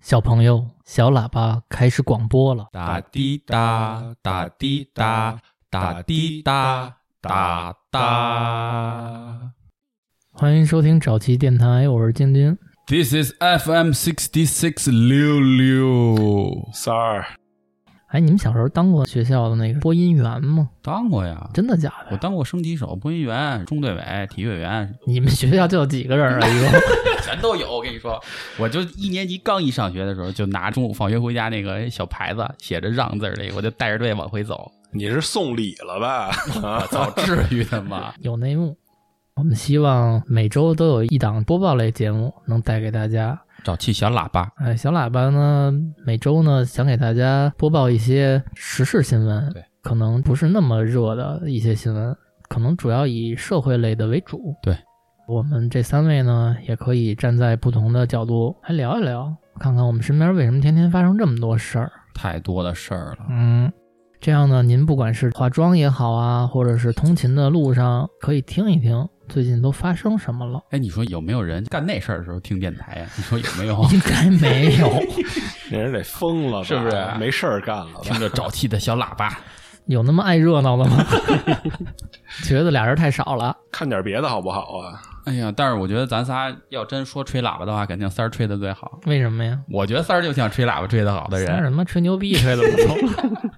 小朋友，小喇叭开始广播了。哒滴哒，哒滴哒，哒滴哒，啊哒哒。欢迎收听早期电台，我是晶晶。 This is FM sixty six 六六。三儿，哎，你们小时候当过学校的那个播音员吗？当过呀，真的假的我呀？当过升旗手、播音员、中队委、体育委员，你们学校就几个 人啊？一共全都有。我跟你说，我就一年级刚一上学的时候，就拿中午放学回家那个小牌子，写着“让”字儿这个，我就带着队往回走。你是送礼了吧？ 我操，至于的吗？有内幕。我们希望每周都有一档播报类节目，能带给大家。找气小喇叭，哎，小喇叭呢，每周呢想给大家播报一些时事新闻，对，可能不是那么热的一些新闻，可能主要以社会类的为主。对，我们这三位呢，也可以站在不同的角度来聊一聊，看看我们身边为什么天天发生这么多事儿。太多的事儿了。嗯，这样呢，您不管是化妆也好啊，或者是通勤的路上，可以听一听最近都发生什么了。哎，你说有没有人干那事儿的时候听电台啊呀？你说有没有？应该没有，那人得疯了吧？是不是没事儿干了吧？听 着沼气的小喇叭，有那么爱热闹的 吗？觉得俩人太少了。看点别的好不好啊？哎呀！但是我觉得咱仨要真说吹喇叭的话，肯定三儿吹的最好。为什么呀？我觉得三儿就像吹喇叭吹的好的三人。什么吹牛逼吹的不错，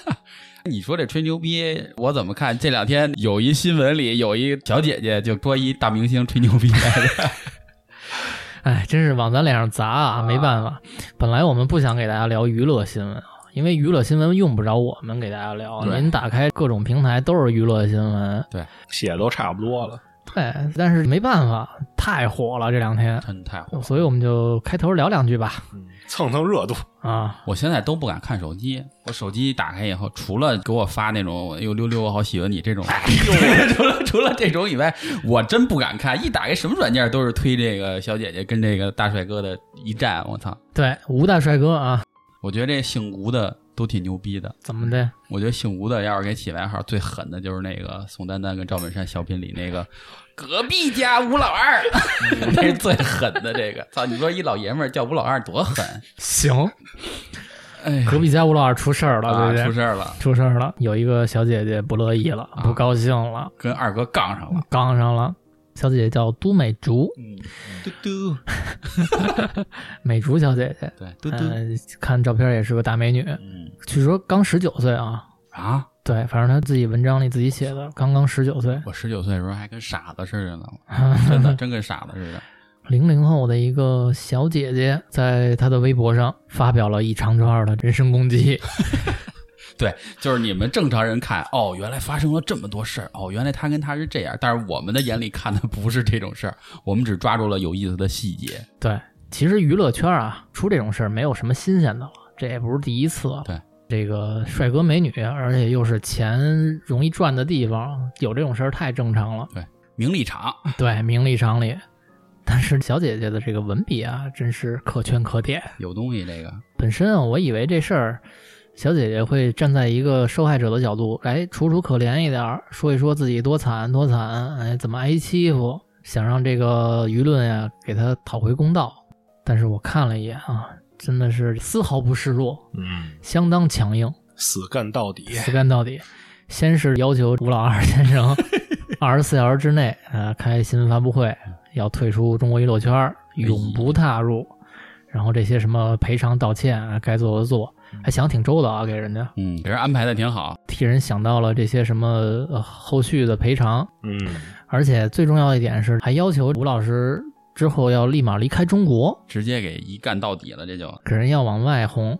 你说这吹牛逼，我怎么看？这两天有一新闻里有一小姐姐就说一大明星吹牛逼来着，哎，真是往咱脸上砸啊！没办法，本来我们不想给大家聊娱乐新闻啊，因为娱乐新闻用不着我们给大家聊。啊对您打开各种平台都是娱乐新闻，写都差不多了，对，但是没办法，太火了这两天， 真太火了！所以我们就开头聊两句吧。蹭蹭热度。啊，我现在都不敢看手机，我手机打开以后，除了给我发那种“哎呦溜溜，我好喜欢你”这种， 除了除了这种以外，我真不敢看。一打开什么软件都是推这个小姐姐跟这个大帅哥的一战，我操！对，吴大帅哥啊，我觉得这姓吴的都挺牛逼的。怎么的？我觉得姓吴的要是给起外号，最狠的就是那个宋丹丹跟赵本山小品里那个隔壁家吴老二，那是最狠的。这个操，你说一老爷们儿叫吴老二多狠？行，哎，隔壁家吴老二出事儿了，啊，对出不对？事儿了，出事儿了，有一个小姐姐不乐意了，啊不高兴了，跟二哥杠上了。杠上了。小姐姐叫都美竹，嗯嘟嘟，美竹小姐姐，对，嘟嘟，嗯、看照片也是个大美女，嗯据说刚十九岁啊。啊，对，反正她自己文章里自己写的，刚刚十九岁，我十九岁的时候还跟傻子似 的呢，真的真跟傻子似的。零零后的一个小姐姐，在她的微博上发表了一长串的人身攻击。对，就是你们正常人看，哦，原来发生了这么多事儿，哦，原来他跟他是这样，但是我们的眼里看的不是这种事儿，我们只抓住了有意思的细节。对，其实娱乐圈啊，出这种事儿没有什么新鲜的了，这也不是第一次了。对，这个帅哥美女，而且又是钱容易赚的地方，有这种事儿太正常了。名利场，对，名利场里，但是小姐姐的这个文笔啊，真是可圈可点。有东西，这个本身啊，我以为这事儿，小姐姐会站在一个受害者的角度，哎，楚楚可怜一点儿，说一说自己多惨多惨，哎，怎么挨欺负，想让这个舆论呀、给她讨回公道。但是我看了一眼啊，真的是丝毫不示弱，嗯，相当强硬，死干到底。死干到底。先是要求吴老二先生二十四小时之内，呃，开新闻发布会，要退出中国娱乐圈儿，永不踏入。然后这些什么赔偿、道歉啊，该做的做，还想挺周到啊，给人家嗯，给人安排的挺好，替人想到了这些什么、呃、后续的赔偿，嗯，而且最重要一点是，还要求吴老师之后要立马离开中国，直接给一干到底了，这就给人要往外轰，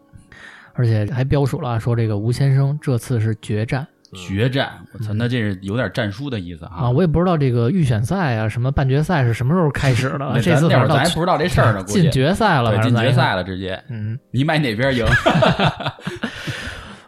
而且还标署了说这个吴先生这次是决战。决战。我操，那这是有点战书的意嗯思啊，啊。我也不知道这个预选赛啊，什么半决赛是什么时候开始的？那咱这次反那会正儿到咱还不知道这事儿呢，估计 进决赛了，对反正进咱决赛了。了，直接嗯，你买哪边赢？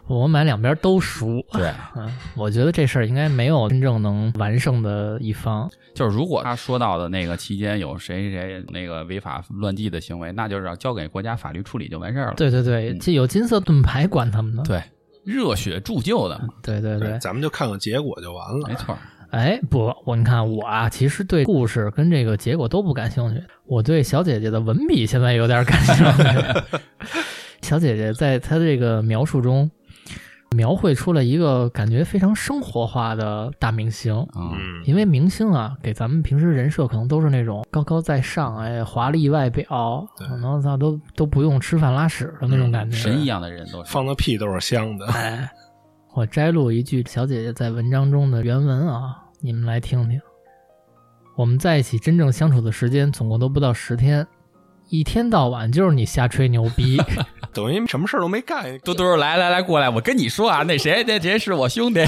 我买两边都输。对，嗯，我觉得这事儿应该没有真正能完胜的一方。就是如果他说到的那个期间有谁谁谁那个违法乱纪的行为，那就是要交给国家法律处理就完事儿了。对对嗯对，这有金色盾牌管他们呢。对，热血铸就的嘛，对对对，嗯咱们就看看结果就完了。没错儿。哎，不，我你看我啊，其实对故事跟这个结果都不感兴趣，我对小姐姐的文笔现在有点感兴趣。 小姐姐在她这个描述中，描绘出了一个感觉非常生活化的大明星。嗯，嗯，因为明星啊，给咱们平时人设可能都是那种高高在上，哎，华丽外表，对可能操都都不用吃饭拉屎的那种感觉。神一样的人都是。放的屁都是香的。哎，我摘录一句小姐姐在文章中的原文啊，你们来听听。我们在一起真正相处的时间总共都不到十天，一天到晚就是你瞎吹牛逼，等于什么事儿都没 干，嘟嘟，来来来，过来！我跟你说啊， 那谁那谁是我兄弟，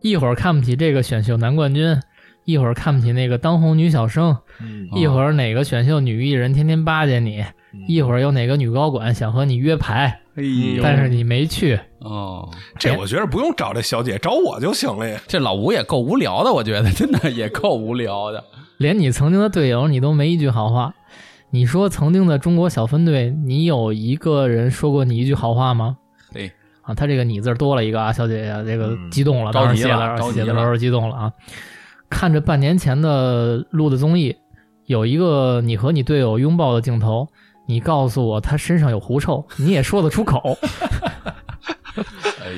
一会儿看不起这个选秀男冠军，一会儿看不起那个当红女小生，嗯一会儿哪个选秀女艺人天天巴结你，一会儿有哪个女高管想和你约牌，哎嗯呦但是你没去。哦，这我觉得不用找这小姐，找我就行了呀。这老吴也够无聊的，我觉得 真的也够无聊的。连你曾经的队友你都没一句好话。你说曾经的中国小分队，你有一个人说过你一句好话吗？对，啊，他这个“你”字儿多了一个啊，小姐姐这个嗯。激动了，着当时急写了的着急写的时了候激动了啊。看着半年前的录的综艺，有一个你和你队友拥抱的镜头，你告诉我他身上有狐臭，你也说得出 口。哎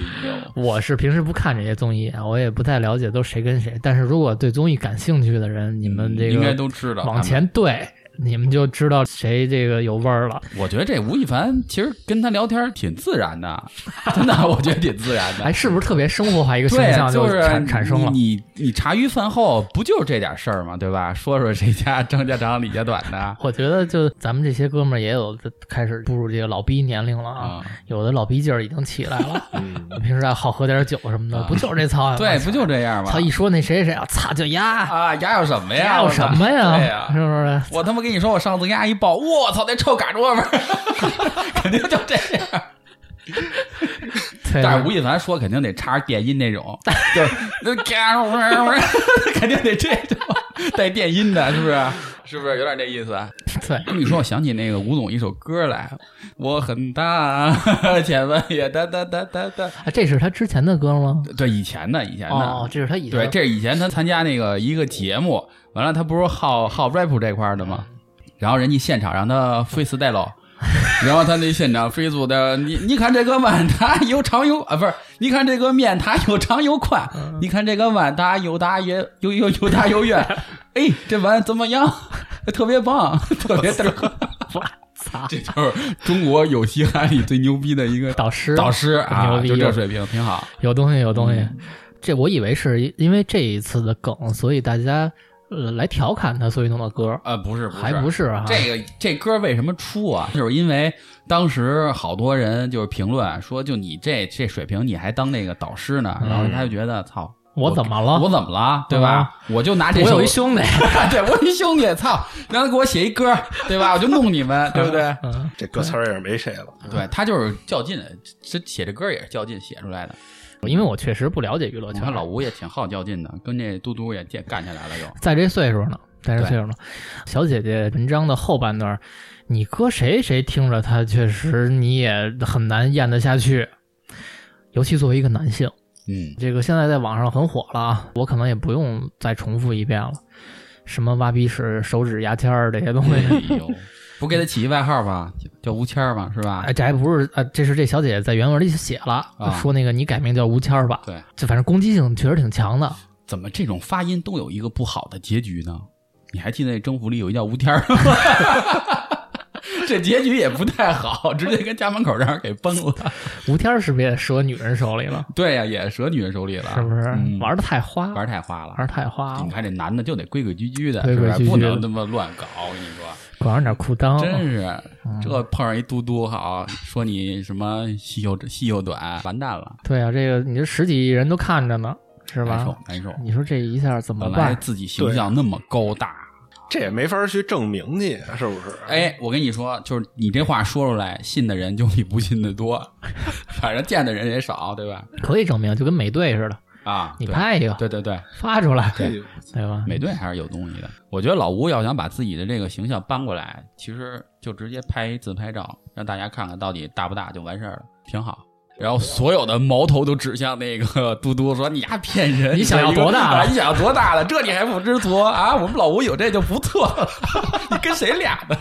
呦，我是平时不看这些综艺，啊我也不太了解都谁跟谁，但是如果对综艺感兴趣的人，你们这个嗯应该都知道。往，前对，你们就知道谁这个有味儿了。我觉得这吴亦凡其实跟他聊天挺自然的， 真的，我觉得挺自然的。哎，是不是特别生活化一个形象对，就是产产生了？你你你茶余饭后不就是这点事儿吗？对吧？说说谁家张家长李家短的啊我觉得就咱们这些哥们儿也有的开始步入这个老逼年龄了啊，啊，有的老逼劲儿已经起来了嗯，平时还好喝点酒什么的，啊不就是这操呀？对，不就这样吗操？？一说那谁谁谁啊，操就丫，啊，牙有什么呀？丫有什么我操对呀？呀是不是？我他妈跟你说，我上次跟阿姨抱，我操，那臭嘎吱窝味儿， 肯定就这样。对但是吴亦凡说肯定得插着电音那种，就是那嘎吱窝儿， 肯定得这种带电音的，是不是？是不是有点这意思？啊对，啊这么一说，我想起那个吴总一首歌来，我很大，千万也哒哒哒哒哒。啊这是他之前的歌吗？对，以前的，以前的。哦，这是他以前对，的。这是以前他参加那个一个节目，完了他不是好好 rap 这块儿的吗？然后人家现场让他 freestyle，然 后他那现场 freestyle 的，你你看这个碗它有长有啊，不是？你看这个面它有长有宽，嗯你看这个碗它有大也有有有大 有圆，哎，这碗怎么样？ 特别棒， 特别逗。操，这 就是中国有嘻哈里最牛逼的一个导师，导师啊，牛逼就这水嗯平，挺好。有东西，有东西。这我以为是因因为这一次的梗，所以大家呃来调侃他，所以弄的歌，呃，不是，还不是啊？这个这歌为什么出啊？就是因为当时好多人就是评论说，就你这这水平，你还当那个导师呢？嗯然后他就觉得操，我怎么了？我怎么了？对吧？我就拿这我首，有一兄弟， 对我有一兄弟，操，让他给我写一歌，对吧？我就弄 你们， 对不对？嗯，这歌词儿也是没谁了。对他就是较劲，这写这歌也是较劲写出来的。因为我确实不了解娱乐我圈看，老吴也挺好较劲的，跟这嘟嘟也见干起来了又。在这岁数呢，在这对岁数呢，嗯小姐姐文章的后半段，你搁谁谁听着她，确实你也很难咽得下去，尤其作为一个男性。嗯，这个现在在网上很火了啊，我可能也不用再重复一遍了。什么挖鼻屎、手指、牙签儿这些东西，哎呦，不给他起一外号吧，叫吴谦儿吧，是吧哎，？这还不是啊，这是这小姐姐在原文里写了，啊说那个你改名叫吴谦儿吧，对，就反正攻击性确实挺强的。怎么这种发音都有一个不好的结局呢？你还记得那征服里有一叫吴天儿吗？ 这结局也不太好，直接跟家门口让人给崩了。吴天儿是不是也折女人手里了？对呀、也折女人手里了，啊是不是、嗯玩的太花？玩太花了玩？得太花了你，看这男的就得规规矩矩的，规规矩矩哦是不是？不能那么乱搞，我跟你说，管上点裤裆。真是这碰上一嘟嘟好，说你什么细又细又短，完蛋了，对啊，这个你这十几亿人都看着呢，是难吧受？难受。你说这一下怎么本来办？自己形象那么高大，这也没法去证明去，是不是？，哎，我跟你说，就是你这话说出来，信的人就比不信的多， 反正见的人也少，对吧？可以证明，就跟美队似的，啊，你对，拍一个对对对，发出来，对对吧？美队还是有东西的。我觉得老吴要想把自己的这个形象搬过来，其实就直接拍一自拍照，让大家看看到底大不大就完事儿了，挺好。然后所有的矛头都指向那个 嘟嘟，说你丫骗人！你想要多大了啊你想要多大了？这你还不知足啊？我们老吴有这就不错了， 你跟谁俩呢？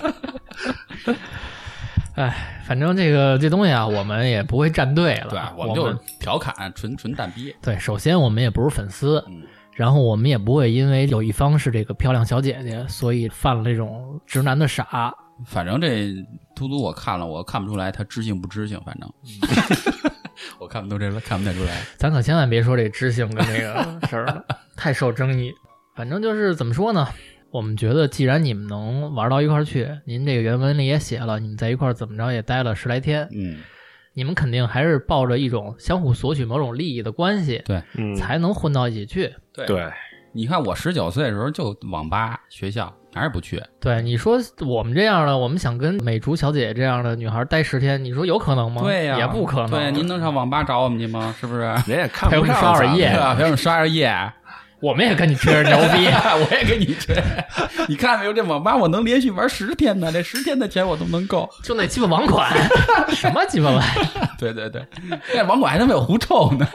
哎，反正这个这东西啊，我们也不会站队了。对，啊我我们就是调侃，纯纯蛋逼。对，首先我们也不是粉丝，嗯然后我们也不会因为有一方是这个漂亮小姐姐，所以犯了这种直男的傻。反正这嘟嘟我看了，我看不出来他知性不知性，反正 我看不出来，看不太出来。咱可千万别说这知性跟 这嗯个事儿了，太受争议。反正就是怎么说呢，我们觉得既然你们能玩到一块儿去，您这个原文里也写了，你们在一块儿怎么着也待了十来天，嗯，你们肯定还是抱着一种相互索取某种利益的关系，嗯，才能混到一起去。对对，你看我十九岁的时候就网吧、学校哪儿也不去，对，你说我们这样的，我们想跟美竹小姐这样的女孩待十天，你说有可能吗？对呀、也不可能。对，您能上网吧找我们去吗？是不是？人也看陪我不们上刷会儿咱们夜对啊，陪我们刷刷 夜。我们也跟你吹着牛 逼。哎我也跟你吹， 你看没有？这网吧我能连续玩十天呢，这十天的钱我都能够。就那鸡巴网管， 什么鸡巴玩意儿？ 对对对，那哎网管还他妈有狐臭呢。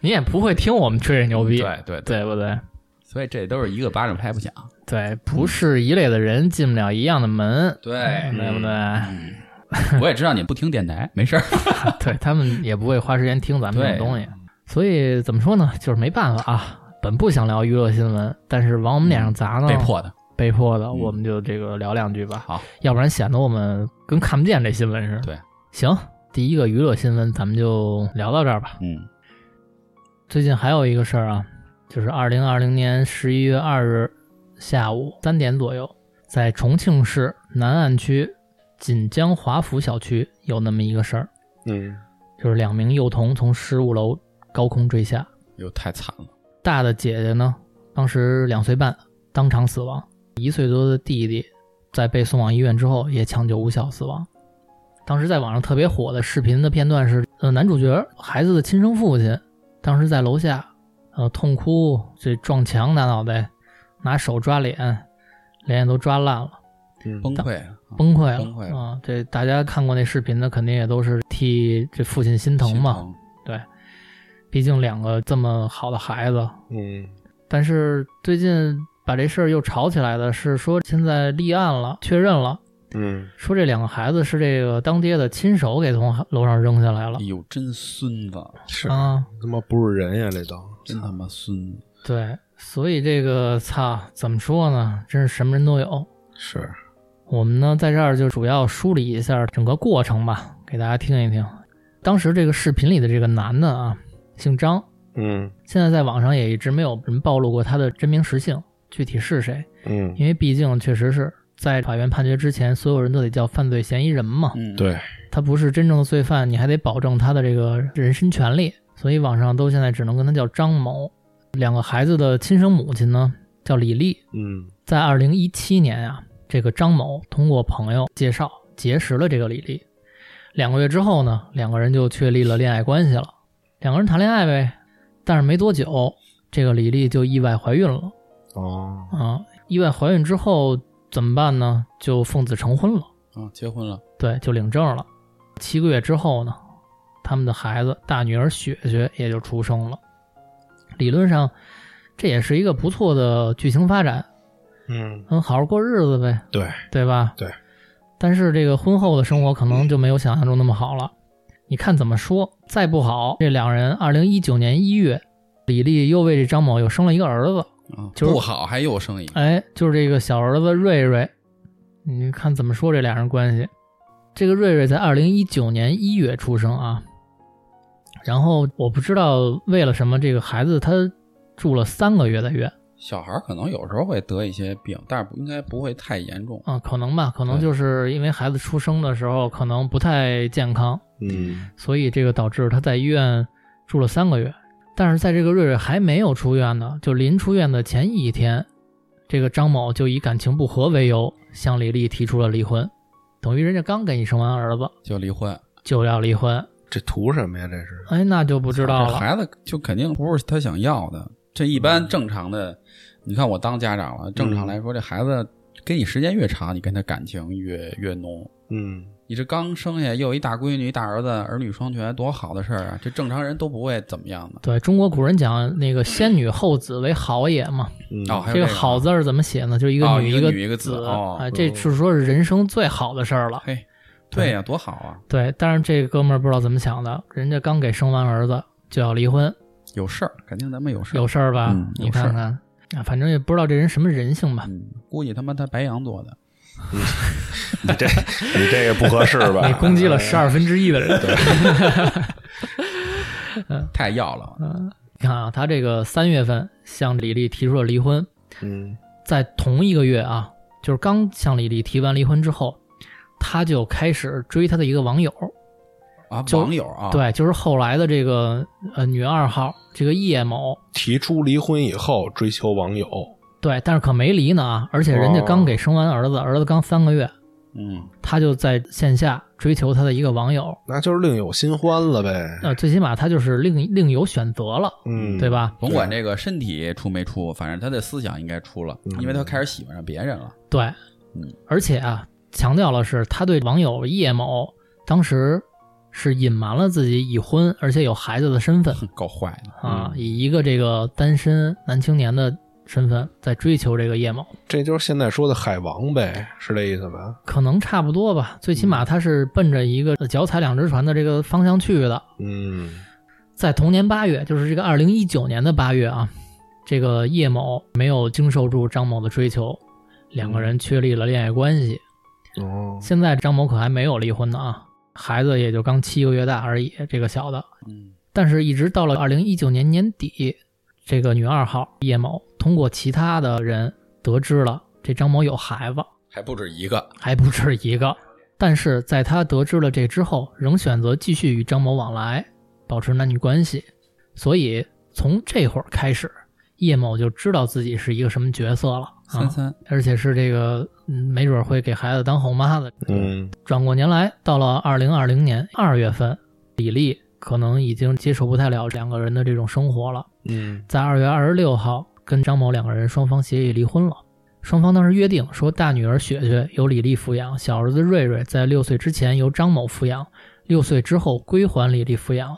你也不会听我们吹这牛逼，对对对，对不对？所以这都是一个巴掌拍不响。对，不是一类的人进不了一样的门，对，对不对？嗯我也知道你不听电台，没事儿。 对他们也不会花时间听咱们这种东西，嗯所以怎么说呢？就是没办法啊。本不想聊娱乐新闻，但是往我们脸上砸呢，被迫嗯的。被迫的，我们就这个聊两句吧，好，要不然显得我们跟看不见这新闻似的。对，行，第一个娱乐新闻咱们就聊到这儿吧。嗯最近还有一个事儿啊，就是二零二零年十一月二日下午三点左右，在重庆市南岸区锦江华府小区有那么一个事儿，嗯，就是两名幼童从十五楼高空坠下，又太惨了。大的姐姐呢，当时两岁半，当场死亡；一岁多的弟弟在被送往医院之后也抢救无效死亡。当时在网上特别火的视频的片段是，呃，男主角孩子的亲生父亲，当时在楼下，呃，痛哭，这撞墙拿脑袋，拿手抓脸，脸也都抓烂了，嗯崩溃啊，崩溃了，崩溃了啊！这大家看过那视频的，肯定也都是替这父亲心疼心嘛，毕竟两个这么好的孩子，嗯但是最近把这事儿又炒起来的是说，现在立案了，确认了，嗯，说这两个孩子是这个当爹的亲手给从楼上扔下来了哎。呦，真孙子，是啊，他妈不是人呀，这都真他妈孙子！对，所以这个操怎么说呢？真是什么人都有。是，我们呢在这儿就主要梳理一下整个过程吧，给大家听一听。当时这个视频里的这个男的啊，姓张，嗯现在在网上也一直没有人暴露过他的真名实姓，具体是谁。嗯，因为毕竟确实是在法院判决之前，所有人都得叫犯罪嫌疑人嘛。嗯，对，他不是真正的罪犯，你还得保证他的这个人身权利，所以网上都现在只能跟他叫张某。两个孩子的亲生母亲呢叫李丽，嗯在二零一七年啊，这个张某通过朋友介绍结识了这个李丽。两个月之后呢，两个人就确立了恋爱关系了，两个人谈恋爱呗。但是没多久，这个李丽就意外怀孕了。哦，啊，意外怀孕之后怎么办呢？就奉子成婚了，啊，结婚了，对，就领证了。七个月之后呢，他们的孩子大女儿雪雪也就出生了。理论上，这也是一个不错的剧情发展，嗯，能好好过日子呗，对，对吧？对。但是这个婚后的生活可能就没有想象中那么好了。你看怎么说？再不好，这两人二零一九年一月，李丽又为这张某又生了一个儿子。啊，就是不好还又生一个，哎，就是这个小儿子瑞瑞，你看怎么说这俩人关系？这个瑞瑞在二零一九年一月出生啊，然后我不知道为了什么这个孩子他住了三个月的院小孩儿可能有时候会得一些病，但是不应该不会太严重。啊，可能吧，可能对就是因为孩子出生的时候可能不太健康，嗯所以这个导致他在医院住了三个月。但是在这个瑞瑞还没有出院呢，就临出院的前一天，这个张某就以感情不和为由向李丽提出了离婚，等于人家刚给你生完儿子就离婚，就要离婚，这图什么呀？这是，哎，那就不知道这了。孩子就肯定不是他想要的。这一般正常的，你看我当家长了，正常来说，这孩子跟你时间越长，你跟他感情越越浓。嗯你这刚生下又有一大闺女、一大儿子，儿女双全，多好的事儿啊！这正常人都不会怎么样的。对中国古人讲那个先女后子为好也嘛，嗯哦，还有这个个好字儿怎么写呢？就是一个哦女一个个女一个子子哦哎，这是说是人生最好的事儿了。嘿，对呀、多好啊！对，但是这哥们儿不知道怎么想的，人家刚给生完儿子就要离婚，有事儿，肯定咱们有事儿。有事儿吧？嗯你有事儿看看，啊，反正也不知道这人什么人性吧。嗯，估计他妈他白羊座的，你这 你这个不合适吧？你攻击哎了十二分之一的人。太要了。 你看啊，他这个三月份向李丽提出了离婚，嗯在同一个月啊，就是刚向李丽提完离婚之后，他就开始追他的一个网友，啊，就网友啊，，对，就是后来的这个呃女二号这个叶某，提出离婚以后追求网友，对，但是可没离呢啊，而且人家刚给生完儿子，儿子刚三个月，嗯，他就在线下追求他的一个网友，那就是另有新欢了呗。呃，最起码他就是另另有选择了，嗯，对？吧？甭管这个身体出没出，反正他的思想应该出了，嗯因为他开始喜欢上别人了。对嗯，而且啊，强调了是他对网友叶某当时是隐瞒了自己已婚而且有孩子的身份。哼够坏的，啊，以一个这个单身男青年的身份在追求这个叶某，这就是现在说的海王呗，是这意思吧？可能差不多吧。最起码他是奔着一个脚踩两只船的这个方向去的。嗯在同年八月，就是这个二零一九年的八月啊，这个叶某没有经受住张某的追求，两个人确立了恋爱关系。哦，现在张某可还没有离婚呢啊，孩子也就刚七个月大而已，这个小的。嗯，但是，一直到了二零一九年年底，这个女二号叶某通过其他的人得知了这张某有孩子，还不止一个。还不止一个。但是在她得知了这之后，仍选择继续与张某往来，保持男女关系。所以从这会儿开始，叶某就知道自己是一个什么角色了三啊，三，而且是这个嗯没准会给孩子当后妈的。嗯转过年来，到了二零二零年二月份，李丽可能已经接受不太了两个人的这种生活了，嗯在二月二十六号跟张某两个人双方协议离婚了。双方当时约定说，大女儿雪雪由李丽抚养，小儿子瑞瑞在六岁之前由张某抚养，六岁之后归还李丽抚养。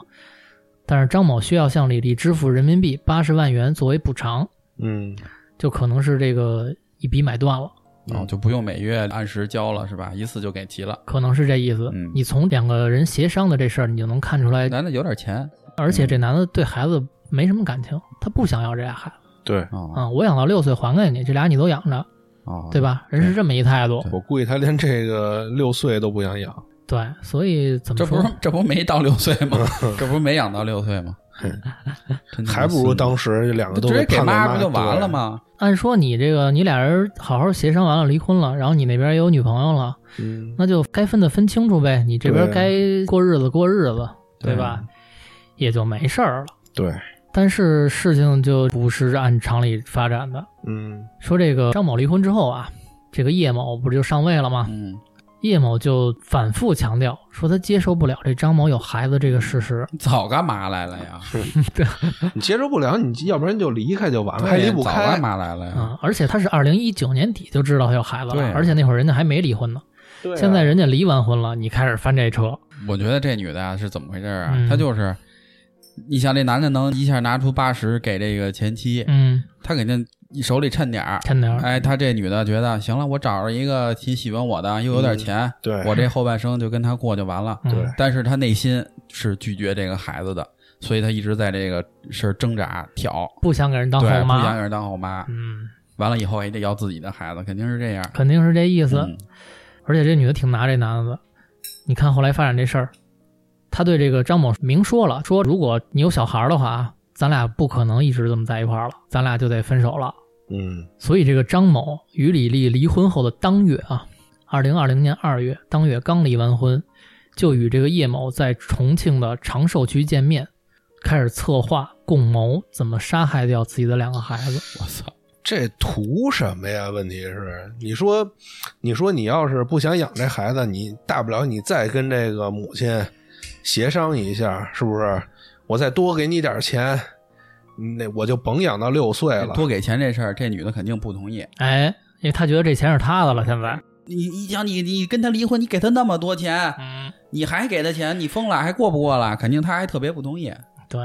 但是张某需要向李丽支付人民币八十万元作为补偿，嗯，就可能是这个一笔买断了，哦，就不用每月按时交了是吧？一次就给齐了，可能是这意思嗯。你从两个人协商的这事儿，你就能看出来男的有点钱而且这男的对孩子没什么感情，他不想要这俩孩子对哦啊、我养到六岁还给你，这俩你都养着，哦，对吧？人是这么一态度，我估计他连这个六岁都不想养。对，所以怎么这不说是？这不没到六岁吗？这不是没养到六岁 吗？真他妈还不如孙子当时两个直都接给判妈妈不就完了？吗？按说你这个你俩人好好协商完了离婚了，然后你那边也有女朋友了，对嗯，那就该分的分清楚呗，你这边该过日子过日子，对吧？也就没事儿了。对，但是事情就不是按常理发展的。嗯说这个张某离婚之后啊，这个叶某不是就上位了吗？嗯，叶某就反复强调说，他接受不了这张某有孩子这个事实。你早干嘛来了呀？你接受不了，你要不然你就离开就完了，还对离不早干开。嘛来了呀？啊、而且他是二零一九年底就知道他有孩子嗯对啊了，而且那会儿人家还没离婚呢。对啊现在人家离完婚了，你开始翻这车，我觉得这女的啊是怎么回事啊？嗯她就是，你想这男的能一下拿出八十给这个前妻，嗯，他肯定手里趁点儿。真的，哎，她这女的觉得行了，我找着一个挺喜欢我的，又有点钱，对我这后半生就跟他过就完了。嗯对但是她内心是拒绝这个孩子的，所以她一直在这个事儿挣扎挑，不想给人当对，啊后不想妈给，人当后妈。嗯，完了以后也哎得要自己的孩子，肯定是这样。肯定是这意思。嗯而且这女的挺拿这男的，你看后来发展这事儿，他对这个张某明说了，说如果你有小孩儿的话啊，咱俩不可能一直这么在一块儿了，咱俩就得分手了。嗯所以这个张某与李丽离婚后的当月啊，二零二零年二月，当月刚离完婚，就与这个叶某在重庆的长寿区见面，开始策划共谋怎么杀害掉自己的两个孩子。我操，这图什么呀？问题是，你说，你说你要是不想养这孩子，你大不了你再跟这个母亲协商一下，是不是？我再多给你点钱，那我就甭养到六岁了。多给钱这事儿，这女的肯定不同意。哎，因为他觉得这钱是他的了，现在你你想你你跟他离婚，你给他那么多钱，嗯，你还给他钱，你疯了还过不过了？肯定他还特别不同 意。对，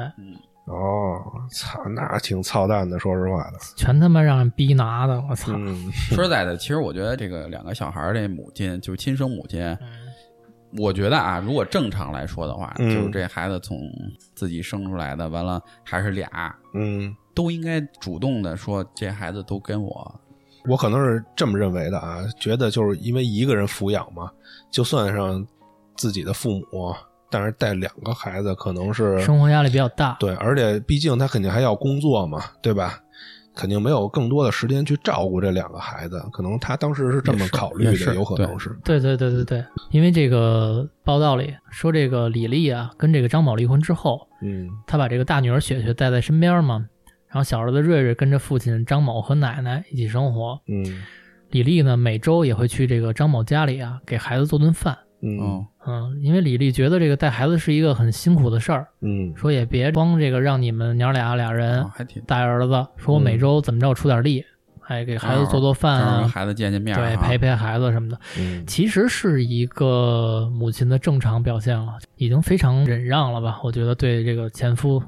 哦，操，那挺操蛋的，说实话的。全他妈让人逼拿的，我操！嗯，说实在的，其实我觉得这个两个小孩儿这母亲就是亲生母亲，嗯我觉得啊，如果正常来说的话，嗯就是这孩子从自己生出来的，完了还是俩，嗯，都应该主动的说这孩子都跟我。我可能是这么认为的啊，觉得就是因为一个人抚养嘛，就算上自己的父母，但是带两个孩子可能是生活压力比较大，对，而且毕竟他肯定还要工作嘛，对吧？肯定没有更多的时间去照顾这两个孩子，可能他当时是这么也是考虑也的，是有可能是。对对对对对，因为这个报道里说，这个李丽啊跟这个张某离婚之后，嗯她把这个大女儿雪雪带在身边嘛，然后小儿子瑞瑞跟着父亲张某和奶奶一起生活。嗯李丽呢每周也会去这个张某家里啊给孩子做顿饭，嗯嗯，嗯，因为李丽觉得这个带孩子是一个很辛苦的事儿，嗯说也别光这个让你们娘俩俩人啊还挺带儿子，说我每周怎么着出点力，哎，给孩子做做饭正好跟啊，孩子见见面儿对，哈，陪陪孩子什么的。嗯其实是一个母亲的正常表现了，已经非常忍让了吧？我觉得对这个前夫，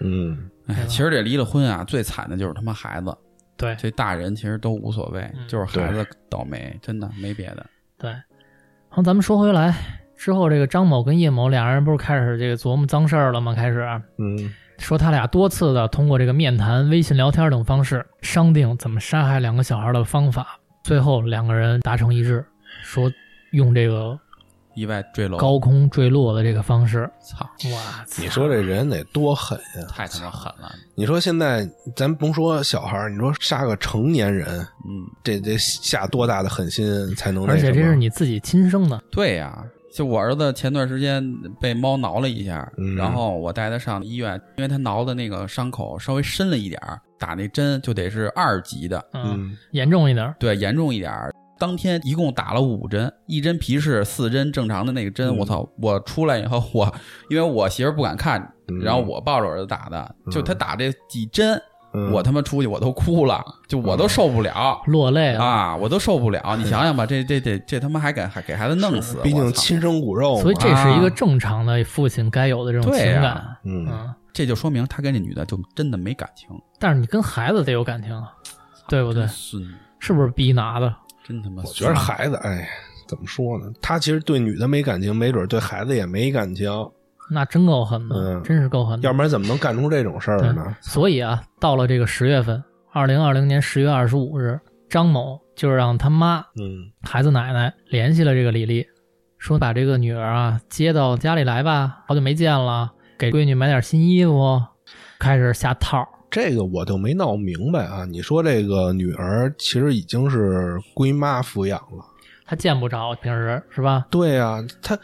嗯哎，其实这离了婚啊，最惨的就是他妈孩子，对这大人其实都无所谓，嗯就是孩子倒霉，真的没别的。对。然后咱们说回来之后，这个张某跟叶某俩人不是开始这个琢磨脏事儿了吗？开始啊嗯说他俩多次的通过这个面谈、微信聊天等方式商定怎么杀害两个小孩的方法，最后两个人达成一致，说用这个意外坠楼，高空坠落的这个方式。操，哇，操你说这人得多狠呀、太他妈狠了，你说现在咱甭说小孩儿，你说杀个成年人，嗯。这得下多大的狠心才能那什么？而且这是你自己亲生的，对呀、就我儿子前段时间被猫挠了一下，嗯然后我带他上医院，因为他挠的那个伤口稍微深了一点儿，打那针就得是二级的，嗯，嗯严重一点儿，对，严重一点儿。当天一共打了五针，一针皮试，四针正常的那个针。嗯我操！我出来以后，我因为我媳妇儿不敢看，嗯然后我抱着我儿子打的，嗯就他打这几针，啊嗯我他妈出去我都哭了，就我都受不了。落泪了。啊，我都受不了！你想想吧，这这这这他妈还敢还给孩子弄死，毕我竟操亲生骨肉嘛，所以这是一个正常的父亲该有的这种情对呀、感。嗯嗯，这就说明他跟这女的就真的没感情，但是你跟孩子得有感情啊，对不对真？孙，是不是逼拿的？真他妈我孙，觉得孩子，哎，怎么说呢？他其实对女的没感情，没准对孩子也没感情，那真够狠的，嗯真是够狠的要。不然怎么能干出这种事儿对呢？所以啊，到了这个十月份，二零二零年十月二十五日，张某就让他妈、嗯孩子奶奶联系了这个李丽，说把这个女儿啊接到家里来吧，好久没见了，给闺女买点新衣服，开始下套。，这个我就没闹明白啊。你说这个女儿其实已经是归妈抚养了，她见不着平时是吧？对啊，她，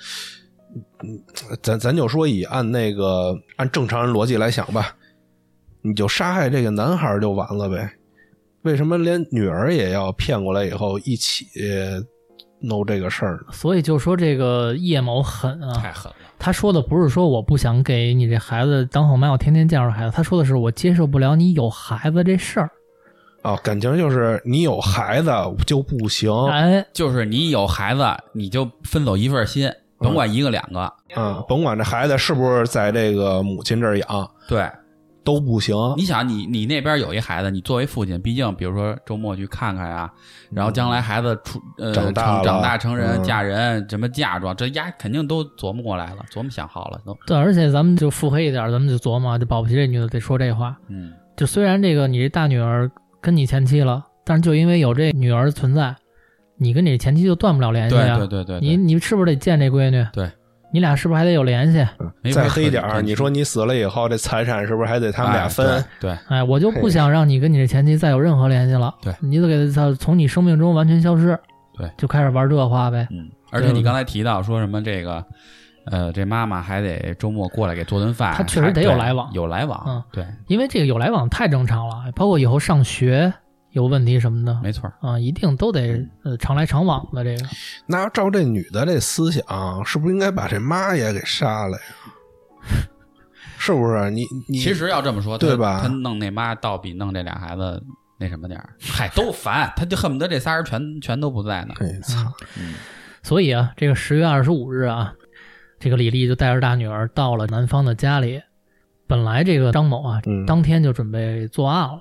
嗯，咱咱就说以按那个按正常人逻辑来想吧，你就杀害这个男孩儿就完了呗。为什么连女儿也要骗过来以后一起呃弄这个事儿呢？所以就说这个叶某狠啊，太狠了，他说的不是说我不想给你这孩子当后妈，我天天见着孩子，他说的是我接受不了你有孩子这事儿。啊，感情就是你有孩子就不行，哎，就是你有孩子你就分走一份心，甭管一个两个，啊，甭管这孩子是不是在这个母亲这儿养对，嗯都不行。你想你你那边有一孩子，你作为父亲，毕竟比如说周末去看看啊，然后将来孩子出呃长大成了长大成人嗯嫁人什么嫁妆，这丫肯定都琢磨过来了，琢磨想好了都，对，而且咱们就腹黑一点，咱们就琢磨，就保不齐这女的得说这话。嗯，就虽然这个你这大女儿跟你前妻了，但是就因为有这女儿存在，你跟你前妻就断不了联对系啊。对对对，你对你是不是得见这闺女？对，你俩是不是还得有联系？没法再黑点可儿，比你说你死了以后，这财产是不是还得他们俩哎分？对，对哎，我就不嘿想让你跟你这前妻再有任何联系了。对你得给他从你生命中完全消失。对，就开始玩这话呗。嗯，而且对你刚才提到说什么这个，呃，这妈妈还得周末过来给做顿饭，她确实得有还来往对有来往，嗯对，因为这个有来往太正常了，包括以后上学有问题什么的没嗯错儿，啊、一定都得呃常来常往的这个。那照这女的这思想，是不是应该把这妈也给杀了呀？是不是？你你其实要这么说，她对吧她弄那妈倒比弄这俩孩子那什么点儿，嗨，都烦，他就恨不得这仨人全全都不在呢。哎操，所以啊，这个十月二十五日啊，这个李丽就带着大女儿到了男方的家里。本来这个张某啊，嗯当天就准备作案了，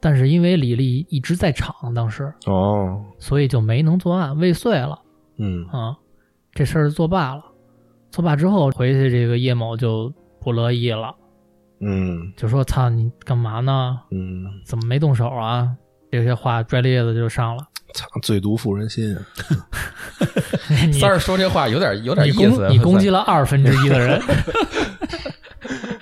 但是因为李丽一直在场，当时哦，所以就没能作案，未遂了嗯啊。这事儿作罢了，作罢之后回去，这个叶某就不乐意了，嗯就说：“操，你干嘛呢？嗯，怎么没动手啊？”这些话拽咧子就上了。 操，最毒妇人心啊！你三儿说这话有点有点你意思，攻你攻击了二分之一的人。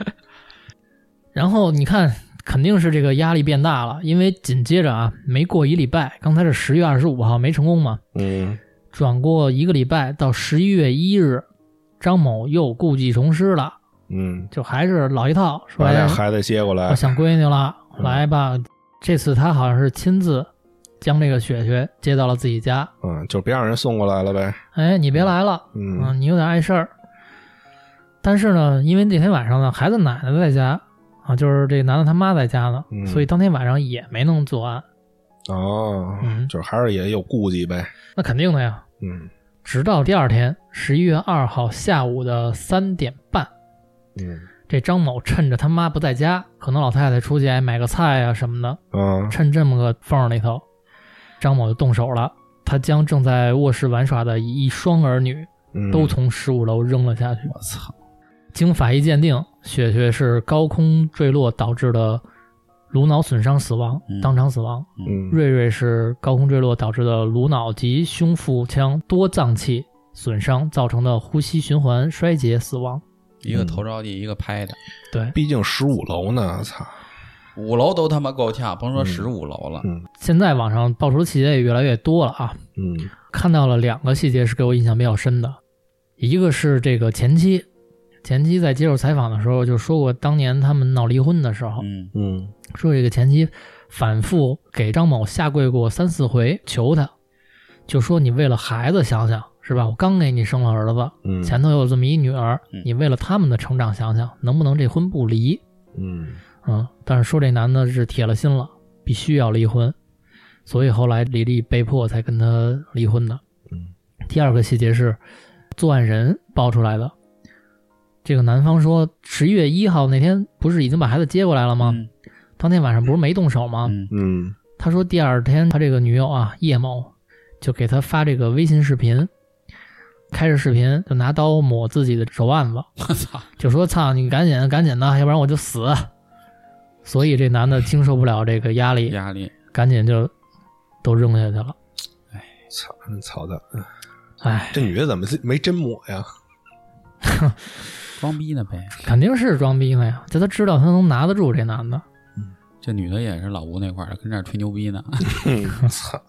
然后你看，肯定是这个压力变大了，因为紧接着啊，没过一礼拜，刚才是十月二十五号没成功嘛，嗯转过一个礼拜到十一月一日，张某又故技重施了，嗯，就还是老一套，说把哎俩，孩子接过来我，想闺女了，嗯来吧。这次他好像是亲自将这个雪雪接到了自己家，嗯，就别让人送过来了呗。哎，你别来了，嗯嗯，你有点碍事儿。但是呢，因为那天晚上呢，孩子奶奶在家啊，就是这男的他妈在家呢，嗯所以当天晚上也没能作案。哦，嗯就是还是也有顾忌呗。那肯定的呀。嗯直到第二天，十一月二号下午的三点半，嗯这张某趁着他妈不在家，可能老太太出去哎买个菜啊什么的，啊趁这么个缝儿里头，张某就动手了。他将正在卧室玩耍的一双儿女嗯，都从十五楼扔了下去。我操，经法医鉴定，雪雪是高空坠落导致的颅脑损伤死亡，嗯当场死亡；嗯瑞瑞是高空坠落导致的颅脑及胸腹腔多脏器损伤造成的呼吸循环衰竭死亡。一个头着地，一个拍的，对，毕竟十五楼呢，操，五楼都他妈够呛，甭说十五楼了。嗯现在网上爆出的细节也越来越多了啊！嗯看到了两个细节是给我印象比较深的，一个是这个前妻，前妻在接受采访的时候就说过，当年他们闹离婚的时候，嗯，嗯说这个前妻反复给张某下跪过三四回，求他，就说你为了孩子想想是吧？我刚给你生了儿子，嗯，前头有这么一女儿嗯，你为了他们的成长想想，能不能这婚不离？嗯嗯，但是说这男的是铁了心了，必须要离婚，所以后来李丽被迫才跟他离婚的嗯。第二个细节是作案人爆出来的，这个男方说十一月一号那天不是已经把孩子接过来了吗？嗯当天晚上不是没动手吗？嗯嗯他说第二天他这个女友啊叶某就给他发这个微信视频，开着视频就拿刀抹自己的手腕子，我操，就说：“操你赶紧赶紧的，要不然我就死。”所以这男的经受不了这个压力，压力，赶紧就都扔下去了。操，嗯操蛋！哎，这女的怎么没真抹呀？装逼呢呗。肯定是装逼呢呀！就他知道他能拿得住这男的，这女的也是老吴那块儿的，跟这儿吹牛逼呢，嗯 操，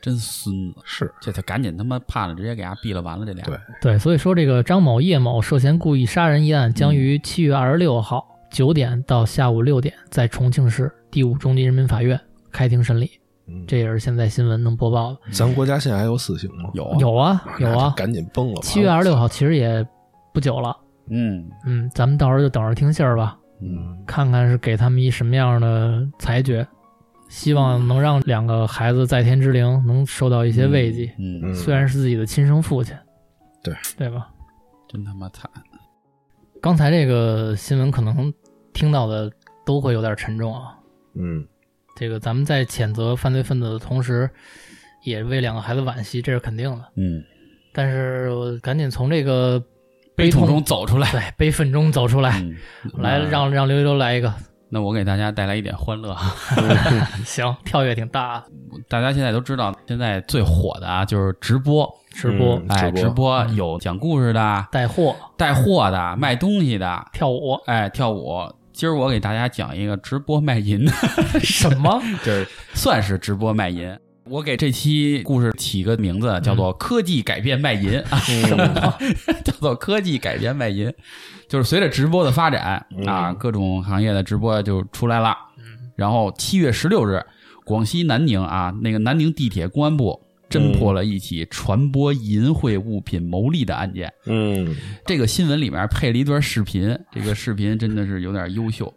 真孙子。是这他赶紧他妈判了，直接给他毙了，完了这俩。对对，所以说这个张某、叶某涉嫌故意杀人一案嗯将于七月二十六号九点到下午六点在重庆市第五中级人民法院开庭审理。嗯这也是现在新闻能播报的。咱国家现在还有死刑吗？有啊，有啊，有那啊就，赶紧崩了吧！七月二十六号其实也不久了。嗯嗯，咱们到时候就等着听信儿吧，嗯，看看是给他们一什么样的裁决，希望能让两个孩子在天之灵能受到一些慰藉，嗯，嗯，虽然是自己的亲生父亲，对对吧？真他妈惨。刚才这个新闻可能听到的都会有点沉重啊。 嗯这个咱们在谴责犯罪分子的同时，也为两个孩子惋惜，这是肯定的。嗯，但是我赶紧从这个悲痛痛中走出来。 对悲愤中走出来，嗯来那让让溜溜来一个， 那我给大家带来一点欢乐。啊行，跳跃挺大啊，大家现在都知道，现在最火的啊就是直播，直播、嗯哎，直直播嗯有讲故事的、带货、带货的、卖东西的，跳舞，哎，跳舞。今儿我给大家讲一个直播卖淫的，什 么？就是算是直播卖淫。我给这期故事起个名字，叫做“科技改变卖淫”啊， 嗯叫做“科技改变卖淫”，就是随着直播的发展啊，各种行业的直播就出来了。然后七月十六日，广西南宁啊，那个南宁地铁公安部侦破了一起传播淫秽物品牟利的案件。 嗯这个新闻里面配了一段视频，这个视频真的是有点优秀。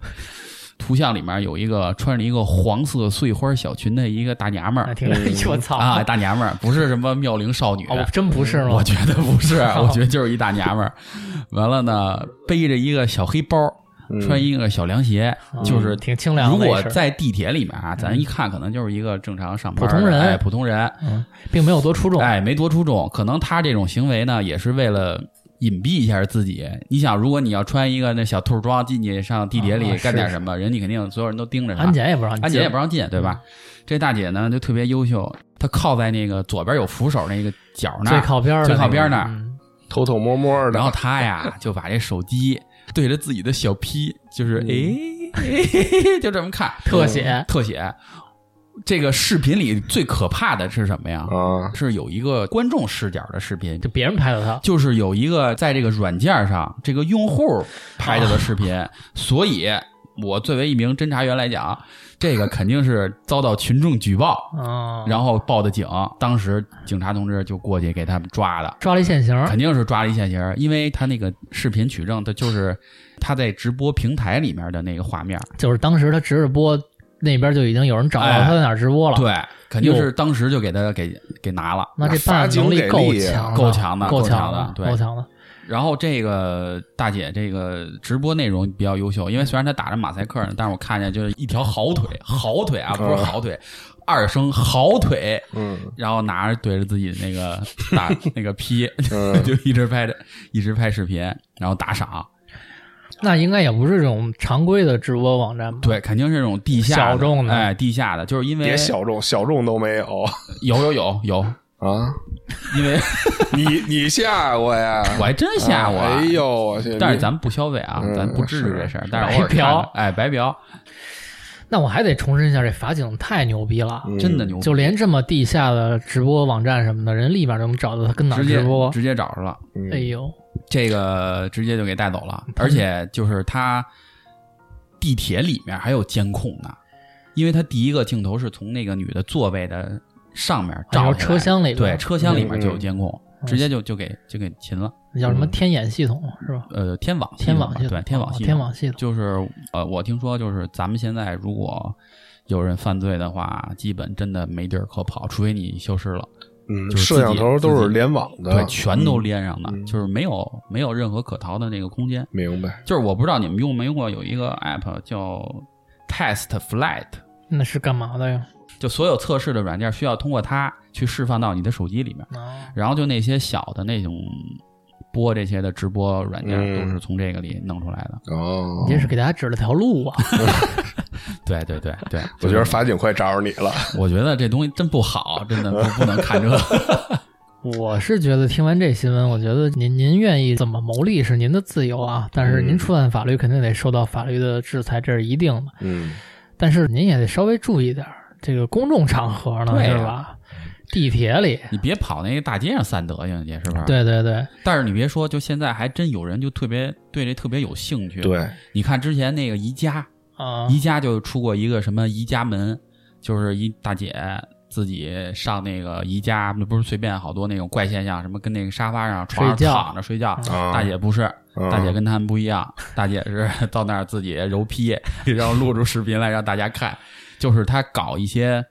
图像里面有一个穿着一个黄色碎花小裙的一个大娘们啊儿听着，哎呦我操啊，大娘们儿不是什么妙龄少女，哦，真不是吗？我觉得不是，我觉得就是一大娘们儿。完了呢，背着一个小黑包，嗯穿一个小凉鞋，嗯就是挺清凉的如果那是嗯在地铁里面啊，咱一看可能就是一个正常上班的普通人哎，普通人，嗯，并没有多出众。哎，没多出众。可能他这种行为呢，也是为了。隐蔽一下自己，你想，如果你要穿一个那小兔装进去上地铁里啊干点是什么，人你肯定所有人都盯着他。安检也嗯不让你进，啊安检也不让进，对吧？这大姐呢就特别优秀，她靠在那个左边有扶手那个角那最儿，靠边儿的那最个，靠边儿那儿嗯偷偷摸摸的，然后她呀 就把这手机对着自己的小 P，就是哎，就这么看嗯特写特写。这个视频里最可怕的是什么呀？嗯啊，是有一个观众视角的视频，就别人拍的他。就是有一个在这个软件上这个用户拍的的视频，所以我作为一名侦查员来讲，啊这个肯定是遭到群众举报。哦，然后报的警，当时警察同志就过去给他们抓的，抓了一现行，肯定是抓了一现行，因为他那个视频取证，他就是他在直播平台里面的那个画面，就是当时他直着播，那边就已经有人找到哎他在哪儿直播了。对，肯定哟是当时就给他给给拿了。那这办案能力够强的，够强的够够强的的，对够强的。然后这个大姐这个直播内容比较优秀，因为虽然她打着马赛克呢，但是我看见就是一条好腿，好腿啊，不是好腿，二声好腿，嗯然后拿着对着自己的那个打那个 P，嗯 就一直拍着，一直拍视频，然后打赏。那应该也不是这种常规的直播网站吧？对，肯定是这种地下小众的哎，地下的，就是因为别小众，小众都没有有有有有， 啊！因为你你吓我呀？我还真吓我，啊哎呦，我去！但是咱们不消费啊，嗯咱不至于这事儿，但是白偶尔看嫖看哎，白嫖，那我还得重申一下，这法警太牛逼了，嗯真的牛逼，就连这么地下的直播网站什么的，人立马就能找到他跟哪儿直接直播。直接找着了，嗯哎呦，这个直接就给带走嗯了，而且就是他地铁里面还有监控呢，因为他第一个镜头是从那个女的座位的上面然照后下来车厢里边对，车厢里面就有嗯监控，直接就就给就给擒了。那叫什么天眼系统是吧？呃，天网系天统网吧系统，对天网系哦天统网系统。就是呃，我听说就是咱们现在如果有人犯罪的话，基本真的没地儿可跑，除非你消失了。嗯，就是自己摄像头都是联嗯网的，对，全都连上了，嗯就是没有没有任何可逃的那个空间。明白。就是我不知道你们用没用过有一个 app 叫 Test Flight，那是干嘛的呀？就所有测试的软件需要通过它去释放到你的手机里面，啊，然后就那些小的那种播这些的直播软件嗯都是从这个里弄出来的。哦你，这是给大家指了条路啊！对对对 对，我觉得法警快找着你了。我觉得这东西真不好，真的不不能看这个。我是觉得听完这新闻，我觉得您您愿意怎么牟利是您的自由啊，但是您嗯触犯法律肯定得受到法律的制裁，这是一定的。嗯，但是您也得稍微注意点儿，这个公众场合呢，对是啊吧？地铁里，啊你别跑那个大街上散德行去，是不是？。对对对，但是你别说，就现在还真有人就特别对这特别有兴趣。，对，你看之前那个宜家，啊、宜家就出过一个什么宜家门，就是一大姐自己上那个宜家，不是随便好多那种怪现象，什么跟那个沙发上、床上睡觉躺着睡觉。啊大姐不是，嗯大姐跟他们不一样，大姐是到那儿自己揉皮， 然后录出视频来让大家看，就是她搞一些，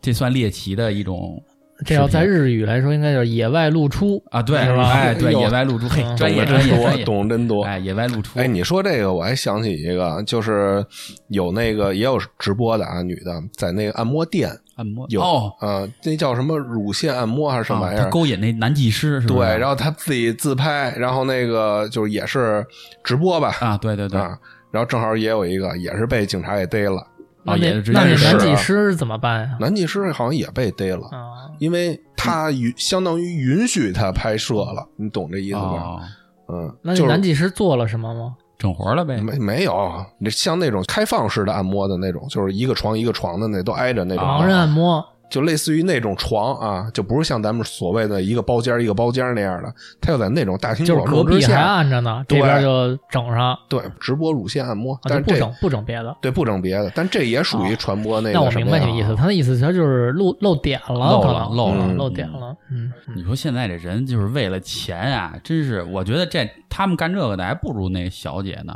这算猎奇的一种这要在日语来说，应该叫野外露出。啊，对，是吧哎，对，哎呦野外露出，嘿，懂专业懂得专真业多专，业，懂得真多。哎，野外露出，哎，你说这个，我还想起一个，啊就是有那个也有直播的啊，女的在那个按摩店按摩有，哦，呃，那叫什么乳腺按摩还是什么玩意啊儿？她勾引那男技师是吧？对，然后她自己自拍，然后那个就是也是直播吧，啊，对对对，啊，然后正好也有一个也是被警察给逮了，那啊那也是直接那那是男技啊师怎么办呀？男技师好像也被逮了，啊，因为他允相当于允许他拍摄了，你懂这意思吗？哦，那嗯，那就男是技师做了什么吗？整活了呗，没没有，你像那种开放式的按摩的那种，就是一个床一个床的那都挨着那种，啊盲人按摩，就类似于那种床啊，就不是像咱们所谓的一个包间儿一个包间儿那样的，他就在那种大庭就是广隔众之壁还下，按着呢，这对边就整上，啊对直播乳腺按摩，就是但不这整不整别的。啊对不整别的，但这也属于传播那那我个什明么白呀？你的意思，他的意思其实就是露露点了，漏可了能漏了嗯嗯露点了。嗯，你说现在这人就是为了钱啊，真是，我觉得这他们干这个的还不如那小姐呢。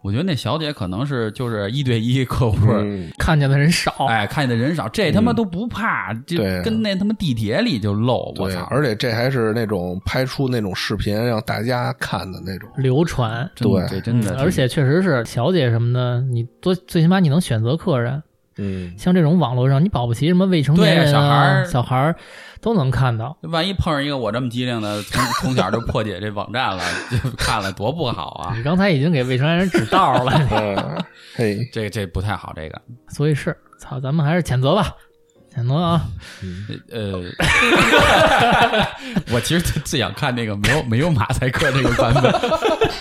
我觉得那小姐可能是就是一对一客户，嗯，看见的人少，哎，看见的人少，这他妈都不怕，就对啊跟那他妈地铁里就漏，我对，操！而且这还是那种拍出那种视频让大家看的那种，流传。真的对这真的嗯挺，而且确实是小姐什么的，你多最起码你能选择客人。嗯，像这种网络上，你保不齐什么未成年对人小孩啊、儿小孩儿都能看到。万一碰上一个我这么机灵的，从从小就破解这网站了， 就看了多不好啊！你刚才已经给未成年人指道了， 嗯， 嘿，这这不太好，这个所以是操，咱们还是谴责吧，谴责啊！呃， 我其实最最想看那个没有没有马赛克那个版本，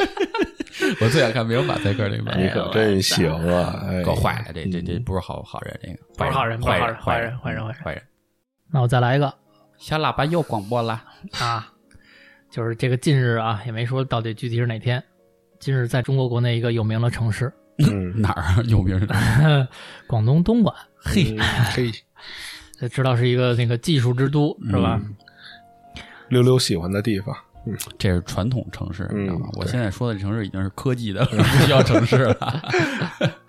我最想看没有马赛克那个版你本，可真行啊，哎搞坏了，这这这不是好好人，这个不是好人坏不是好坏人坏坏人坏人坏人坏人。那我再来一个小喇叭又广播了，啊，就是这个近日啊，也没说到底具体是哪天。近日在中国国内一个有名的城市，嗯，哪儿啊有名儿哪儿？ 广东东莞，嘿，嗯嘿，这知道是一个那个技术之都是吧？溜溜喜欢的地方， 这是传统城市，你知道吗嗯？我对现在说的城市已经是科技 的不需要城市了。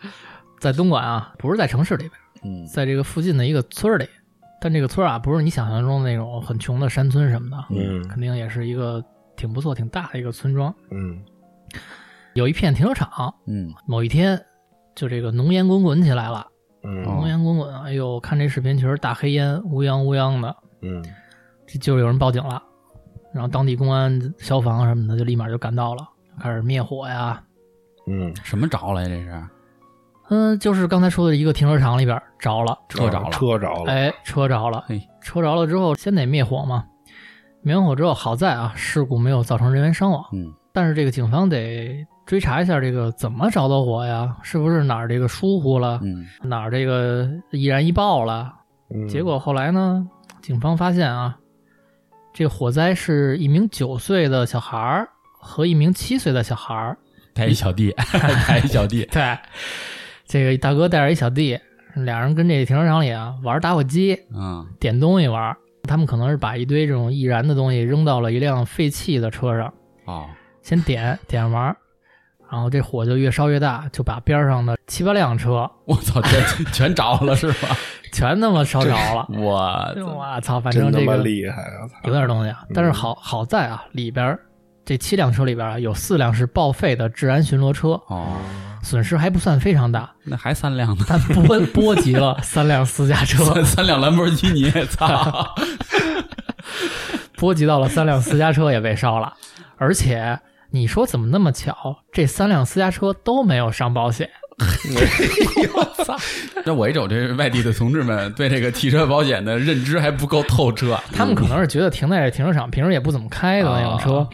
在东莞啊，不是在城市里边，嗯在这个附近的一个村儿里。但这个村儿啊，不是你想象中的那种很穷的山村什么的，嗯肯定也是一个挺不错、挺大的一个村庄。嗯有一片停车场，嗯，某一天就这个浓烟滚滚起来了，嗯哦浓烟滚滚，哎呦，看这视频全是大黑烟，乌泱乌泱的，嗯这就有人报警了，然后当地公安、消防什么的就立马就赶到了，开始灭火呀。嗯，什么着了呀？这是嗯，就是刚才说的一个停车场里边着了，车着了，车啊着了，哎，车着了，嘿，车着了之后先得灭火嘛，灭完火之后好在啊，事故没有造成人员伤亡，嗯，但是这个警方得追查一下这个怎么着的火呀，是不是哪儿这个疏忽了，嗯，哪儿这个易燃易爆了，嗯结果后来呢，警方发现啊，这火灾是一名九岁的小孩儿和一名七岁的小孩儿。带一小弟， 带一小弟， 对，这个大哥带着一小弟，俩人跟这停车场里啊玩打火机，嗯点东西玩儿。他们可能是把一堆这种易燃的东西扔到了一辆废弃的车上，哦，先点点着玩儿，然后这火就越烧越大，就把边上的七八辆车我操，全全着了是吧？全他妈烧着了。我我操，反正真他这妈个厉害啊！操有点东西啊。但是好好在啊，里边儿这七辆车里边儿啊，有四辆是报废的治安巡逻车，哦，损失还不算非常大，那还三 辆呢，但波波及了三辆私家 车，三三辆兰博基尼，操！波及到了三辆私家车也被烧了，而且。你说怎么那么巧？这三辆私家车都没有上保险， 那我一瞅，这外地的同志们对这个汽车保险的认知还不够透彻，他们可能是觉得停在这停车场，平时也不怎么开的那种车，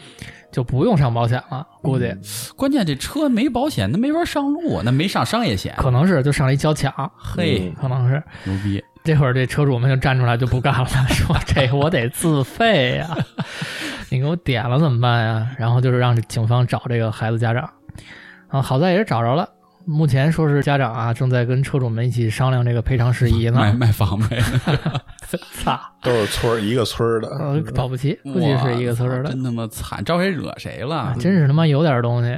就不用上保险了。估计关键这车没保险，那没法上路，啊那没上商业险，可能是就上了一交强，嘿，可能是牛逼！这会儿这车主们就站出来就不干了，说这我得自费呀、你给我点了怎么办呀？然后就是让警方找这个孩子家长，啊，好在也是找着了。目前说是家长啊正在跟车主们一起商量这个赔偿事宜卖呢。卖房 呗，操，都是村儿一个村儿的，呃，保不齐估计是一个村儿哇的，真他妈惨，招谁惹谁了啊？真是他妈有点东西。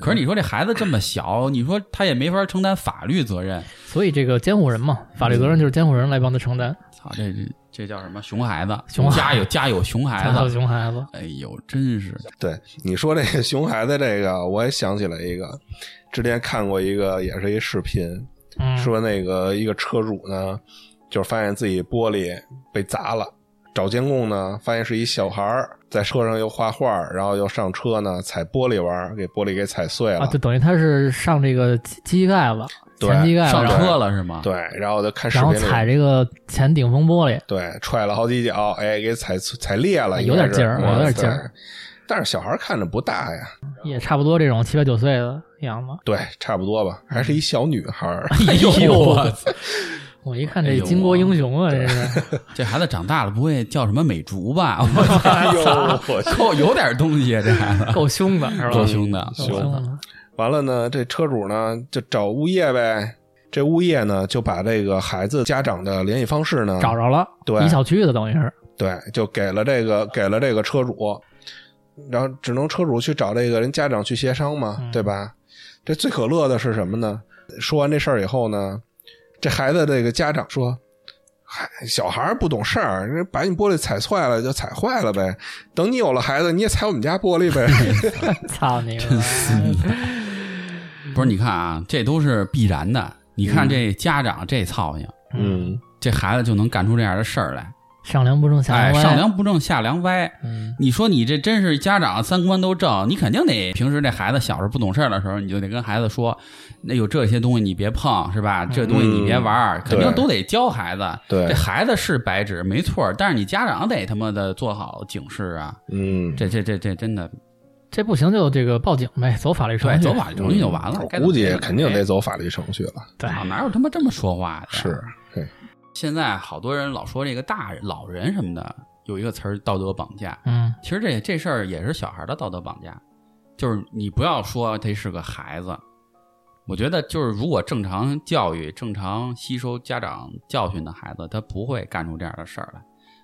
可是你说这孩子这么小，你说他也没法承担法律责任，所以这个监护人嘛，法律责任就是监护人来帮他承担。操，这这这叫什么熊孩子？熊孩子家有家有熊 孩操，子，熊孩子，哎呦，真是对你说这个熊孩子这个，我也想起来一个，之前看过一个，也是一视频，嗯，说那个一个车主呢，就是发现自己玻璃被砸了，找监控呢，发现是一小孩儿在车上又画画，然后又上车呢踩玻璃玩儿，给玻璃给踩碎了，啊，就等于他是上这个机机盖子，对前机盖子，上然后车了是吗？对，然后就看视然后频踩里。这个前顶风玻璃，对，踹了好几脚，哎，给踩踩裂了，有点应该是劲儿有点劲儿。哇塞但是小孩儿看着不大呀，也差不多这种七八九岁的样子。对，差不多吧，还是一小女 孩儿。 哎呦 我操！我一看哎这呦巾帼英雄啊，这是这孩子长大了不会叫什么美竹吧？ 我哎呦， 我去！靠，有点东西啊，这孩子够凶的， 是吧？够凶的。够凶的，完了呢，这车主呢就找物业呗。这物业呢就把这个孩子家长的联系方式呢找着了，对一小区的等于是，对，就给了这个给了这个车主。然后只能车主去找这个人家长去协商嘛，嗯对吧？这最可乐的是什么呢？说完这事儿以后呢，这孩子这个家长说：“嗨，小孩儿不懂事儿，人家把你玻璃踩坏了就踩坏了呗。等你有了孩子，你也踩我们家玻璃呗。 操你妈！不是，你看啊，这都是必然的。你看这家长这操性，”嗯，这孩子就能干出这样的事儿来，上梁不正下哎，梁歪。啊上梁不正下梁歪。嗯，你说你这真是家长三观都正，你肯定得平时这孩子小时候不懂事儿的时候，你就得跟孩子说，那有这些东西你别碰，是吧？这东西你别玩儿，肯定对都得教孩子。对这孩子是白纸没错儿，但是你家长得他妈的做好警示啊！嗯，这这这这真的这不行就这个报警呗，走法律程对，序。走法律程序就完了。我该嗯怎估么计着肯定得哎走法律程序了。对，哪有他妈这么说话的？啊是，对，现在好多人老说这个大人、老人什么的，有一个词儿道德绑架。嗯其实这这事儿也是小孩儿的道德绑架，就是你不要说他是个孩子，我觉得就是如果正常教育、正常吸收家长教训的孩子，他不会干出这样的事儿来。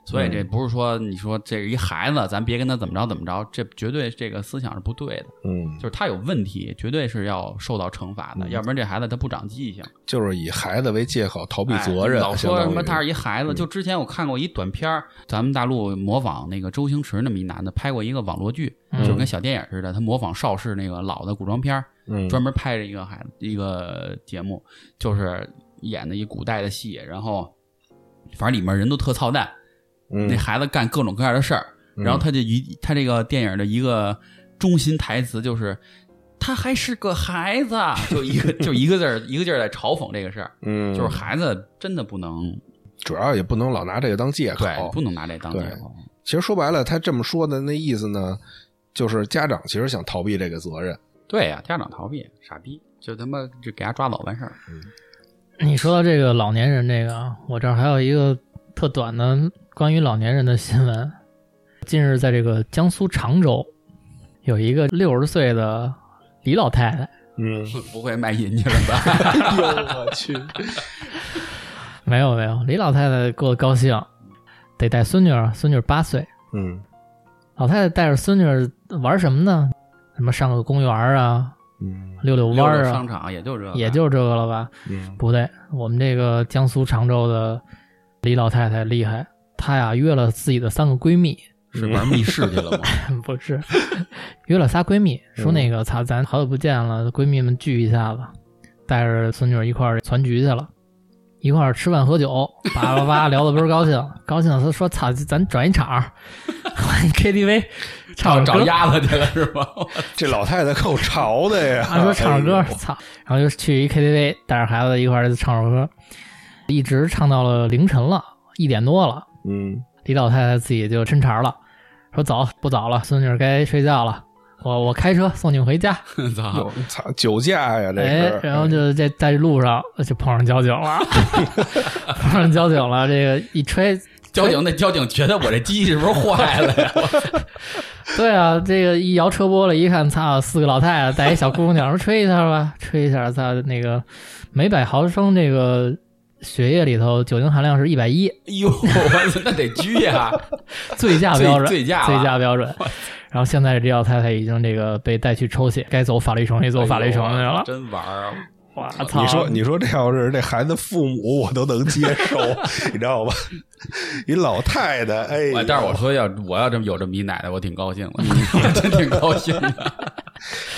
所嗯以这不是说你说这一孩子，咱别跟他怎么着怎么着，这绝对这个思想是不对的，嗯就，是他有问题，绝对是要受到惩罚的，嗯要不然这孩子他不长记性。就是以孩子为借口逃避哎责任，老说相什当于么他是一孩子。嗯就之前我看过一短片儿，咱们大陆模仿那个周星驰那么一男的拍过一个网络剧，嗯就是跟小电影似的，他模仿邵氏那个老的古装片儿，嗯专门拍了一个孩子一个节目，就是演的一古代的戏，然后反正里面人都特操蛋，那嗯孩子干各种各样的事儿，嗯然后他就一他这个电影的一个中心台词就是。他还是个孩子，就一个就一个字儿一个劲儿在嘲讽这个事儿，嗯，就是孩子真的不能主要也不能老拿这个当借口，对，不能拿这当借对口。其实说白了，他这么说的那意思呢，就是家长其实想逃避这个责任。对呀、家长逃避，傻逼，就他妈就给他抓走完事儿。 你说到这个老年人这个啊，我这儿还有一个特短的关于老年人的新闻。近日，在这个江苏常州，有一个六十岁的李老太太，嗯，不会卖淫去了吧？哎呦我去，没有没有，李老太太过得高兴，得带孙女儿，孙女儿八岁， 嗯老太太带着孙女儿玩什么呢？什么上个公园啊，嗯遛遛弯溜儿溜啊商，场也就这个，也就这个了吧？嗯不对，我们这个江苏常州的李老太太厉害，她呀约了自己的三个闺蜜，是玩密室 去了吗？不是约了仨闺蜜，说那个操，咱好久不见了，闺蜜们聚一下子，带着孙女儿一块儿攒局去了。一块儿吃饭喝酒，叭叭叭聊的倍儿高兴，高兴。她说：“操，咱转一场儿， 换一 KTV 唱找找歌。”鸭子去了是吧？ 这老太太够潮的呀！ 他啊说唱首歌哎，呦操，然后就去一 KTV，带着孩子一块儿唱首歌，一直唱到了凌晨了，一点多了。嗯李老太太自己就抻茬了，说早不早了，孙女儿该睡觉了，我我开车送你们回家。操！哟，操，酒驾呀，这哎是。，然后嗯就在在路上就碰上交警 了，碰上交警了，这个一吹，交警那交警觉得我这机器是不是坏了呀？哎对啊，这个一摇车玻璃一看，操，四个老太太带一小姑娘，说吹一下吧，吹一下，操，那个每百毫升这个血液里头酒精含量是一百一，哎呦，我操，那得拘 呀！醉驾标准，醉醉驾了最佳标准。然后现在这老太太已经这个被带去抽血，该走法律程序走法律程序哎呦了。真玩儿啊！我操！你说，你说这要是这孩子父母，我都能接 受，你知道吧？一老太太，哎呦，我但是我说要我要这么有这么一奶奶，我挺高兴的，我 真挺高兴 的。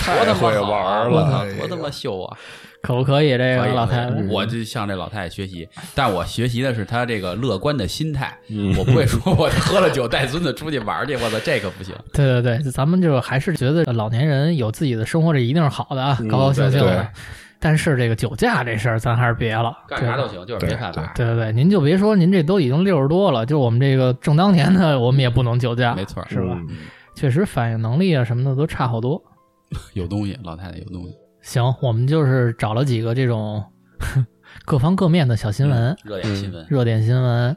太多他妈会好玩我了操，，多他哎妈呦秀啊！可不可以这可个以哎老太太嗯可以？我就向这老太太学习，但我学习的是她这个乐观的心态嗯，我不会说我喝了酒带孙子出去玩儿去，我操，这个不行。对对对，就咱们就还是觉得老年人有自己的生活，这一定是好的啊，嗯高高兴兴对的对。但是这个酒驾这事儿，咱还是别了。干对啥啊吧都行，就是别犯法。对对对，您就别说，您这都已经六十多了，就我们这个正当年的，我们也不能酒驾，没错儿，是吧？嗯确实反应能力啊什么的都差好多。有东西，老太太有东西。行，我们就是找了几个这种各方各面的小新嗯闻、热点新闻，热点新闻，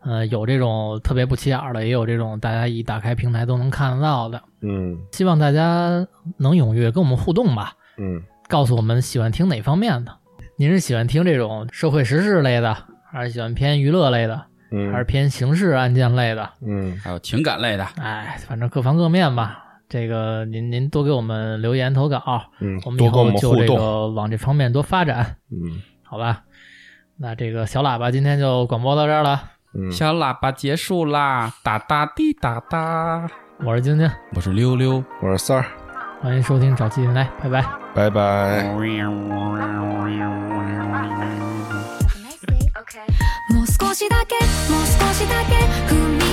呃，有这种特别不起眼儿的，也有这种大家一打开平台都能看得到的。嗯希望大家能踊跃跟我们互动吧。嗯，告诉我们喜欢听哪方面的。您是喜欢听这种社会时事类的，还是喜欢偏娱乐类的，嗯还是偏刑事案件类的？嗯还有情感类的，哎，反正各方各面吧。这个您您多给我们留言投稿，嗯我，们以多跟后我们就互这动，个往这方面多发展，嗯好吧？那这个小喇叭今天就广播到这儿了，嗯，小喇叭结束啦，哒哒滴哒哒。我是晶晶，我是溜溜。我是三儿，欢迎收听找气进来，拜拜。拜拜。もう少しだけもう少しだけ踏み